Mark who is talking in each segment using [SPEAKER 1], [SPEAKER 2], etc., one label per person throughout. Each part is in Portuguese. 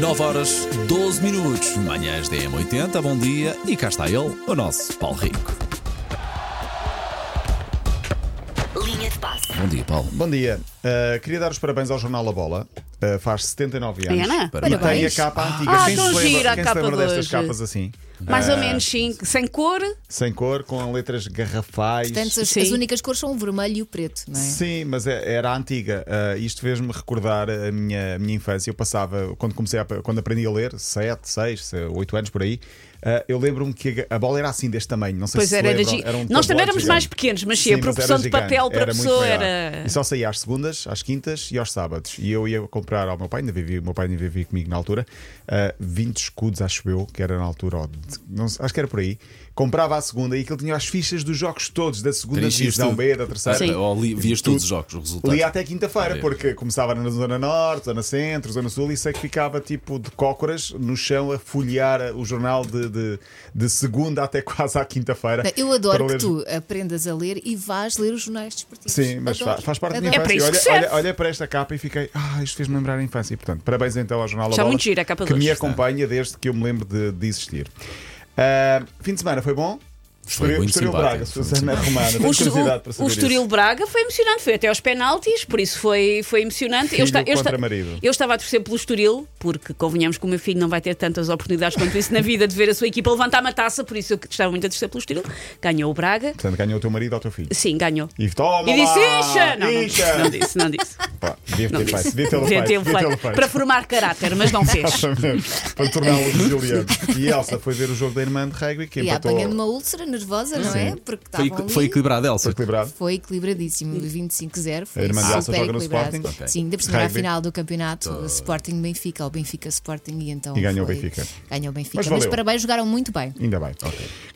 [SPEAKER 1] 9 horas 12 minutos, manhãs da M80, bom dia e cá está ele, o nosso Paulo Rico.
[SPEAKER 2] Linha de passe.
[SPEAKER 1] Bom dia, Paulo.
[SPEAKER 3] Bom dia. Uh, queria dar os parabéns ao Jornal A Bola. Uh, faz 79 anos.
[SPEAKER 4] Ana,
[SPEAKER 1] Parabéns.
[SPEAKER 3] Tem a
[SPEAKER 4] parabéns.
[SPEAKER 3] capa antiga.
[SPEAKER 4] Ah,
[SPEAKER 3] quem se
[SPEAKER 4] tão
[SPEAKER 3] lembra,
[SPEAKER 4] gira a
[SPEAKER 3] quem
[SPEAKER 4] capa
[SPEAKER 3] se lembra
[SPEAKER 4] de
[SPEAKER 3] destas
[SPEAKER 4] hoje.
[SPEAKER 3] capas assim?
[SPEAKER 4] Mais
[SPEAKER 3] Ah,
[SPEAKER 4] ou menos, sim. Sem cor,
[SPEAKER 3] Sem cor, com letras garrafais.
[SPEAKER 2] Portanto, as,
[SPEAKER 4] Sim.
[SPEAKER 2] as únicas cores são o vermelho e o preto, não é?
[SPEAKER 3] Sim, mas é- era a antiga. Ah, isto fez-me recordar a minha, a minha infância. Eu passava, quando comecei a, quando aprendi a ler, 7, 6, 8 anos por aí, ah, eu lembro-me que a bola era assim deste tamanho. Não sei
[SPEAKER 4] pois
[SPEAKER 3] se
[SPEAKER 4] era.
[SPEAKER 3] se
[SPEAKER 4] era
[SPEAKER 3] lembram,
[SPEAKER 4] gi-
[SPEAKER 3] era um
[SPEAKER 4] Nós
[SPEAKER 3] tabloide
[SPEAKER 4] também éramos mais
[SPEAKER 3] gigante.
[SPEAKER 4] pequenos, mas sim,
[SPEAKER 3] Sim,
[SPEAKER 4] a
[SPEAKER 3] mas era
[SPEAKER 4] proporção de
[SPEAKER 3] gigante,
[SPEAKER 4] papel para
[SPEAKER 3] era muito
[SPEAKER 4] pessoa
[SPEAKER 3] maior.
[SPEAKER 4] era.
[SPEAKER 3] E só saía às segundas, às quintas e aos sábados. E eu ia comprar ao meu pai, ainda vivia, o meu pai ainda vivia comigo na altura, ah, 20 escudos, acho eu, que era na altura, ou de- não sei, acho que era por aí. Comprava à segunda e aquilo tinha as fichas dos jogos todos, da segunda
[SPEAKER 1] Preenchias
[SPEAKER 3] divisão
[SPEAKER 1] tudo.
[SPEAKER 3] B, da terceira.
[SPEAKER 4] Sim.
[SPEAKER 1] Ou li- vias todos os jogos, os resultados.
[SPEAKER 3] Li até quinta-feira,
[SPEAKER 1] Olha.
[SPEAKER 3] porque começava na Zona Norte, Zona Centro, Zona Sul, e sei que ficava tipo de cócoras no chão a folhear o jornal de, de, de segunda até quase à quinta-feira.
[SPEAKER 2] Não, Eu
[SPEAKER 3] para
[SPEAKER 2] adoro que
[SPEAKER 3] ler-
[SPEAKER 2] tu aprendas a ler e vás ler os jornais desportivos.
[SPEAKER 3] Sim, mas fa-
[SPEAKER 2] Adoro,
[SPEAKER 3] faz parte da minha
[SPEAKER 2] adoro.
[SPEAKER 4] É para
[SPEAKER 3] infância.
[SPEAKER 4] isso que
[SPEAKER 3] olha,
[SPEAKER 4] serve.
[SPEAKER 3] olha, olha para esta capa e fiquei, ah, isto fez-me lembrar a infância. E, portanto, parabéns então ao Jornal da
[SPEAKER 4] Está
[SPEAKER 3] Bola,
[SPEAKER 4] muito gira a capa de
[SPEAKER 3] que
[SPEAKER 4] hoje,
[SPEAKER 3] me
[SPEAKER 4] está.
[SPEAKER 3] acompanha desde que eu me lembro de, de existir. Ah, fim de semana foi bom?
[SPEAKER 1] Foi
[SPEAKER 3] Estoril-
[SPEAKER 1] muito
[SPEAKER 3] Estoril
[SPEAKER 1] simpático,
[SPEAKER 3] Braga,
[SPEAKER 1] foi muito
[SPEAKER 3] Susana Romana,
[SPEAKER 4] O,
[SPEAKER 3] tenho
[SPEAKER 4] Estu-
[SPEAKER 3] curiosidade para
[SPEAKER 4] o
[SPEAKER 3] saber
[SPEAKER 4] Estoril
[SPEAKER 3] isso.
[SPEAKER 4] Braga foi emocionante, foi até aos penaltis, por isso foi, foi emocionante.
[SPEAKER 3] Filho
[SPEAKER 4] esta- esta-
[SPEAKER 3] contra marido.
[SPEAKER 4] eu estava a torcer pelo Estoril, porque convenhamos que o meu filho não vai ter tantas oportunidades quanto isso na vida de ver a sua equipa levantar uma taça, por isso eu estava muito a torcer pelo Estoril. Ganhou o Braga,
[SPEAKER 3] Portanto, ganhou o teu marido ou o teu filho.
[SPEAKER 4] sim, ganhou.
[SPEAKER 3] E toma
[SPEAKER 4] E disse:
[SPEAKER 3] lá,
[SPEAKER 4] Ixa! Não, não,
[SPEAKER 3] Ixa!
[SPEAKER 4] não disse, não disse.
[SPEAKER 3] Pá, devia
[SPEAKER 4] Não
[SPEAKER 3] ter
[SPEAKER 4] disse.
[SPEAKER 3] feito, devia tê-lo
[SPEAKER 4] Devia
[SPEAKER 3] feito, devia tê-lo
[SPEAKER 4] tê-lo feito.
[SPEAKER 3] feito.
[SPEAKER 4] Para formar caráter, mas não fez.
[SPEAKER 3] Exatamente, para torná-lo resiliente. E Elsa foi ver o jogo da irmã de Régui que
[SPEAKER 2] E há
[SPEAKER 3] empatou.
[SPEAKER 2] apanhando uma úlcera nervosa, não é? Porque
[SPEAKER 1] Foi,
[SPEAKER 2] estavam ali.
[SPEAKER 1] foi equilibrado,
[SPEAKER 3] Foi
[SPEAKER 1] Elsa.
[SPEAKER 3] equilibrado.
[SPEAKER 2] Foi equilibradíssimo, 25-0. Foi
[SPEAKER 3] A irmã dela
[SPEAKER 2] super
[SPEAKER 3] só joga no
[SPEAKER 2] equilibrado.
[SPEAKER 3] Sporting? Ok.
[SPEAKER 2] Sim, depois na
[SPEAKER 3] Rugby.
[SPEAKER 2] final do campeonato, Sporting-Benfica, ou Benfica-Sporting, e então.
[SPEAKER 3] E ganhou o
[SPEAKER 2] foi-
[SPEAKER 3] Benfica.
[SPEAKER 2] Ganhou o Benfica.
[SPEAKER 3] Mas
[SPEAKER 2] Mas,
[SPEAKER 3] valeu.
[SPEAKER 2] parabéns, jogaram muito bem.
[SPEAKER 3] Ainda bem.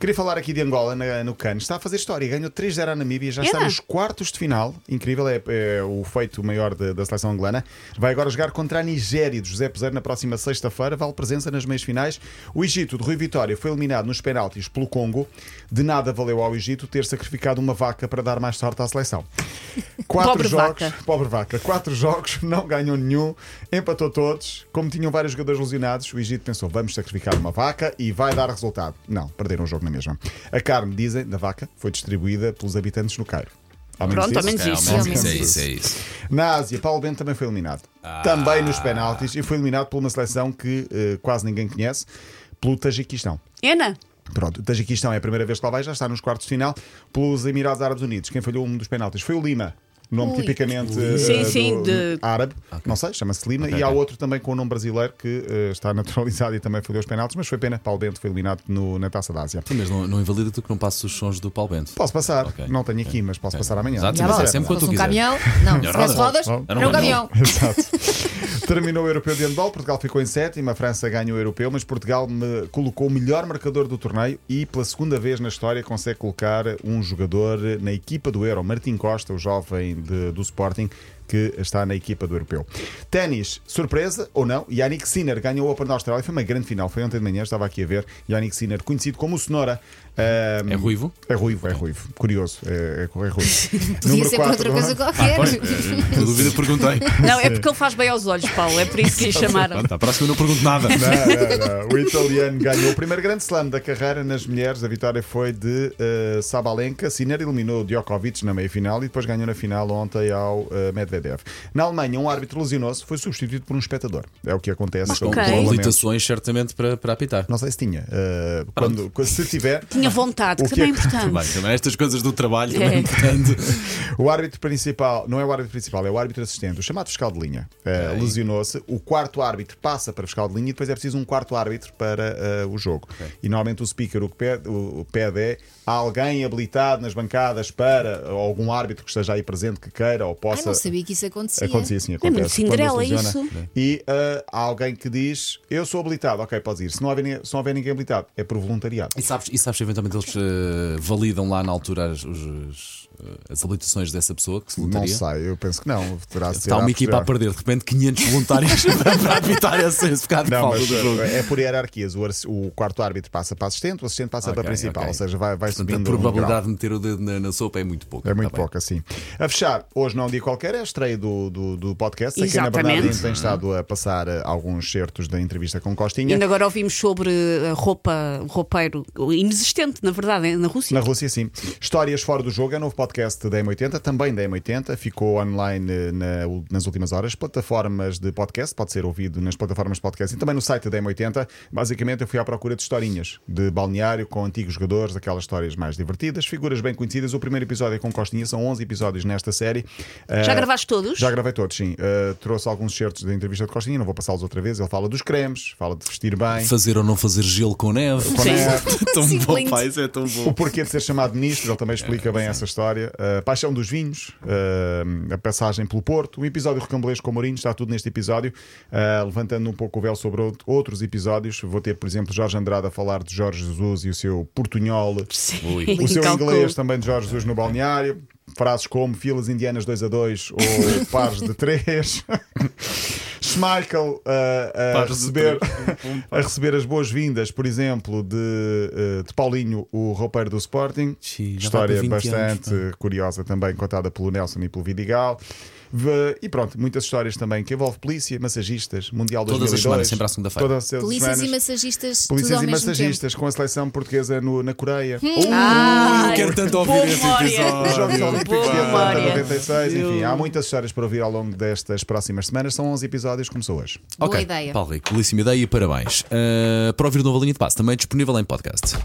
[SPEAKER 3] Queria falar aqui de Angola na- no Cano. Está a fazer história. Ganhou 3-0 à Namíbia. Já está
[SPEAKER 4] Era?
[SPEAKER 3] nos quartos de final. Incrível. É, é o feito maior de- da seleção angolana. Vai agora jogar contra a Nigéria de José Peseiro na próxima sexta-feira. Vale presença nas meias finais. O Egito de Rui Vitória foi eliminado nos penaltis pelo Congo. De nada valeu ao Egito ter sacrificado uma vaca para dar mais sorte à seleção. Quatro
[SPEAKER 4] Pobre
[SPEAKER 3] jogos.
[SPEAKER 4] vaca.
[SPEAKER 3] Pobre vaca. Quatro jogos, não ganhou nenhum, empatou todos. Como tinham vários jogadores lesionados, o Egito pensou: vamos sacrificar uma vaca e vai dar resultado. Não, perderam o jogo na mesma. A carne, dizem, da vaca foi distribuída pelos habitantes no Cairo. Ao menos
[SPEAKER 4] Pronto, ao
[SPEAKER 3] isso.
[SPEAKER 4] menos isso.
[SPEAKER 1] É,
[SPEAKER 2] ao
[SPEAKER 1] isso,
[SPEAKER 2] menos
[SPEAKER 1] é isso, é isso.
[SPEAKER 3] Na Ásia, Paulo Bento também foi eliminado. Também nos penaltis e foi eliminado por uma seleção que eh, quase ninguém conhece, pelo Tajiquistão.
[SPEAKER 4] Ana,
[SPEAKER 3] Pronto, o Tajiquistão é a primeira vez que lá vai, já está nos quartos de final pelos Emirados Árabes Unidos. Quem falhou um dos penaltis foi o Lima. Nome
[SPEAKER 2] Ui.
[SPEAKER 3] tipicamente eh,
[SPEAKER 4] Sim, sim,
[SPEAKER 3] do-
[SPEAKER 4] de-
[SPEAKER 3] árabe, não sei, chama-se Lima, e há outro também com o nome brasileiro que eh, está naturalizado e também falhou os penaltis, mas foi pena, Paulo Bento foi eliminado no- na Taça da Ásia.
[SPEAKER 1] Sim, mas não, não invalida tu que não passes os sons do Paulo Bento.
[SPEAKER 3] Posso passar,
[SPEAKER 1] Ok.
[SPEAKER 3] não tenho aqui, mas posso passar amanhã.
[SPEAKER 1] Exato,
[SPEAKER 3] Já
[SPEAKER 1] mas é
[SPEAKER 3] vale.
[SPEAKER 1] sempre quando
[SPEAKER 2] Fosse
[SPEAKER 1] tu
[SPEAKER 2] um
[SPEAKER 1] quiseres.
[SPEAKER 2] caminhão, não, se
[SPEAKER 1] Era
[SPEAKER 2] tivesse
[SPEAKER 1] um
[SPEAKER 2] rodas,
[SPEAKER 3] caminhão.
[SPEAKER 2] era um caminhão.
[SPEAKER 3] Exato. Terminou o europeu de handball, Portugal ficou em sétimo, a França ganhou o europeu, mas Portugal me colocou o melhor marcador do torneio e pela segunda vez na história consegue colocar um jogador na equipa do Euro, Martim Costa, o jovem de- do Sporting. Que está na equipa do europeu. Ténis, surpresa ou não? Yannick Sinner ganhou o Open da Austrália. Foi uma grande final. Foi ontem de manhã, estava aqui a ver. Yannick Sinner, conhecido como o Sonora. ahm,
[SPEAKER 1] É ruivo?
[SPEAKER 3] É ruivo, é ruivo. Curioso. É, é, é ruivo.
[SPEAKER 2] Podia
[SPEAKER 3] Número
[SPEAKER 2] ser com
[SPEAKER 3] quatro,
[SPEAKER 2] outra
[SPEAKER 3] não é?
[SPEAKER 2] coisa qualquer.
[SPEAKER 1] Olha, eh, Por dúvida, perguntei.
[SPEAKER 4] não, é porque ele faz bem aos olhos, Paulo, é por isso que lhe chamaram.
[SPEAKER 1] Pronto, à próxima eu não pergunto nada.
[SPEAKER 3] Não, não, não. O italiano ganhou o primeiro grande slam da carreira nas mulheres. A vitória foi de eh, Sabalenka. Sinner eliminou Djokovic na meia-final e depois ganhou na final ontem ao eh, Medvedev. Na Alemanha, um árbitro lesionou-se, foi substituído por um espectador. É o que acontece
[SPEAKER 1] Com,
[SPEAKER 3] com o
[SPEAKER 1] com
[SPEAKER 4] Ok.
[SPEAKER 3] regulamento.
[SPEAKER 1] habilitações, certamente, para, para apitar.
[SPEAKER 3] Não sei se tinha. eh, quando, se tiver,
[SPEAKER 4] Tinha vontade, que
[SPEAKER 3] O que
[SPEAKER 4] também é
[SPEAKER 3] é que-
[SPEAKER 4] importante.
[SPEAKER 1] Bem, também estas coisas do trabalho,
[SPEAKER 4] É.
[SPEAKER 1] também, portanto.
[SPEAKER 3] O árbitro principal, não é o árbitro principal, é o árbitro assistente, o chamado fiscal de linha. Eh, Lesionou-se, o quarto árbitro passa para fiscal de linha e depois é preciso um quarto árbitro para eh, o jogo. E normalmente o speaker o que pede, o, o pede é há alguém habilitado nas bancadas para ou algum árbitro que esteja aí presente que queira ou
[SPEAKER 2] Ai,
[SPEAKER 3] possa.
[SPEAKER 2] não sabia que isso acontecia.
[SPEAKER 3] Acontecia assim,
[SPEAKER 4] muito
[SPEAKER 3] acontece. quando
[SPEAKER 4] Cinderela,
[SPEAKER 3] se lesiona.
[SPEAKER 4] isso.
[SPEAKER 3] E eh, há alguém que diz: Eu sou habilitado, ok, podes ir. Se não houver, ninguém- se não houver ninguém habilitado, é por voluntariado.
[SPEAKER 1] E sabes, e sabes que eventualmente eles eh, validam lá na altura as, os- os- eh, as habilitações dessa pessoa que se
[SPEAKER 3] Não
[SPEAKER 1] lutaria?
[SPEAKER 3] sei, eu penso que não. Terá de ser
[SPEAKER 1] Está
[SPEAKER 3] à
[SPEAKER 1] uma equipa a
[SPEAKER 3] posteriori.
[SPEAKER 1] perder, de repente 500 voluntários para apitar esse, esse bocado de
[SPEAKER 3] Não,
[SPEAKER 1] falta
[SPEAKER 3] mas
[SPEAKER 1] do jogo.
[SPEAKER 3] uh, é por hierarquias. O, arce- o quarto árbitro passa para assistente, o assistente passa
[SPEAKER 1] Ok,
[SPEAKER 3] para principal.
[SPEAKER 1] ok.
[SPEAKER 3] Ou seja, vai, vai
[SPEAKER 1] Portanto,
[SPEAKER 3] subindo.
[SPEAKER 1] a
[SPEAKER 3] um
[SPEAKER 1] probabilidade
[SPEAKER 3] grau.
[SPEAKER 1] de meter o dedo na, na sopa é muito pouca.
[SPEAKER 3] É muito
[SPEAKER 1] Está bem.
[SPEAKER 3] pouca, sim. A fechar, hoje não é um dia qualquer, é a estreia do, do, do podcast. A Ana
[SPEAKER 4] Exatamente.
[SPEAKER 3] Bernardino tem estado a passar uh, alguns certos da entrevista com Costinha.
[SPEAKER 4] Ainda agora ouvimos sobre a roupa, roupeiro inexistente, na verdade, na Rússia.
[SPEAKER 3] Na Rússia, sim. Histórias Fora do Jogo é um novo podcast da M80, também da M80. Ficou online eh, na- nas últimas horas. Plataformas de podcast, pode ser ouvido nas plataformas de podcast e também no site da M80. Basicamente, eu fui à procura de historinhas de balneário com antigos jogadores, aquelas histórias mais divertidas, figuras bem conhecidas. O primeiro episódio é com Costinha, são 11 episódios nesta série. Eh,
[SPEAKER 4] Já gravaste todos?
[SPEAKER 3] já gravei todos, sim. Eh, trouxe alguns certos da entrevista de Costinha, não vou passá-los outra vez. Ele fala dos cremes, fala de vestir bem.
[SPEAKER 1] Fazer ou não fazer gelo com neve.
[SPEAKER 3] Com neve.
[SPEAKER 1] tão
[SPEAKER 2] Sim,
[SPEAKER 1] bom,
[SPEAKER 2] lindo.
[SPEAKER 1] pá, isso é tão bom.
[SPEAKER 3] O porquê de ser chamado ministro, ele também explica bem essa história. Uh, paixão dos vinhos, uh, a passagem pelo Porto, um episódio recambulesco com Mourinho, está tudo neste episódio, uh, levantando um pouco o véu sobre out- outros episódios. Vou ter, por exemplo, Jorge Andrade a falar de Jorge Jesus e o seu portunhol,
[SPEAKER 4] Sim.
[SPEAKER 1] Ui.
[SPEAKER 3] o seu
[SPEAKER 4] Calculo.
[SPEAKER 3] inglês também de Jorge Jesus no balneário. Frases como filas indianas 2 a 2 ou pares de 3. Schmeichel uh, a,
[SPEAKER 1] Pares de
[SPEAKER 3] receber,
[SPEAKER 1] três. Um, um,
[SPEAKER 3] a receber as boas-vindas, por exemplo, de, uh, de Paulinho, o roupeiro do Sporting.
[SPEAKER 1] Sim, já vai
[SPEAKER 3] História
[SPEAKER 1] para 20
[SPEAKER 3] bastante
[SPEAKER 1] anos, é?
[SPEAKER 3] curiosa também, contada pelo Nelson e pelo Vidigal. V- E pronto, muitas histórias também que envolve polícia, massagistas, Mundial
[SPEAKER 1] Todas as
[SPEAKER 3] 2002.
[SPEAKER 1] semanas, sempre à segunda-feira.
[SPEAKER 3] Todas as
[SPEAKER 2] Polícias e
[SPEAKER 3] semanas.
[SPEAKER 2] massagistas, tudo
[SPEAKER 3] Polícias
[SPEAKER 2] ao
[SPEAKER 3] e
[SPEAKER 2] mesmo tempo. Hum. Ah,
[SPEAKER 3] massagistas com a seleção portuguesa no- na Coreia.
[SPEAKER 1] Uh, quero tanto ouvir
[SPEAKER 4] boa
[SPEAKER 1] esse
[SPEAKER 4] memória.
[SPEAKER 3] Os Jogos
[SPEAKER 1] episódio.
[SPEAKER 3] Olímpicos de Atlanta
[SPEAKER 4] memória.
[SPEAKER 3] 96, enfim, há muitas histórias para ouvir ao longo destas próximas semanas. São 11 episódios, começou hoje.
[SPEAKER 2] Boa
[SPEAKER 1] Ok,
[SPEAKER 2] ideia.
[SPEAKER 1] Eh, Paulo Rico, belíssima ideia e parabéns. Uh, para ouvir o novo linha de passo, também é disponível em podcast.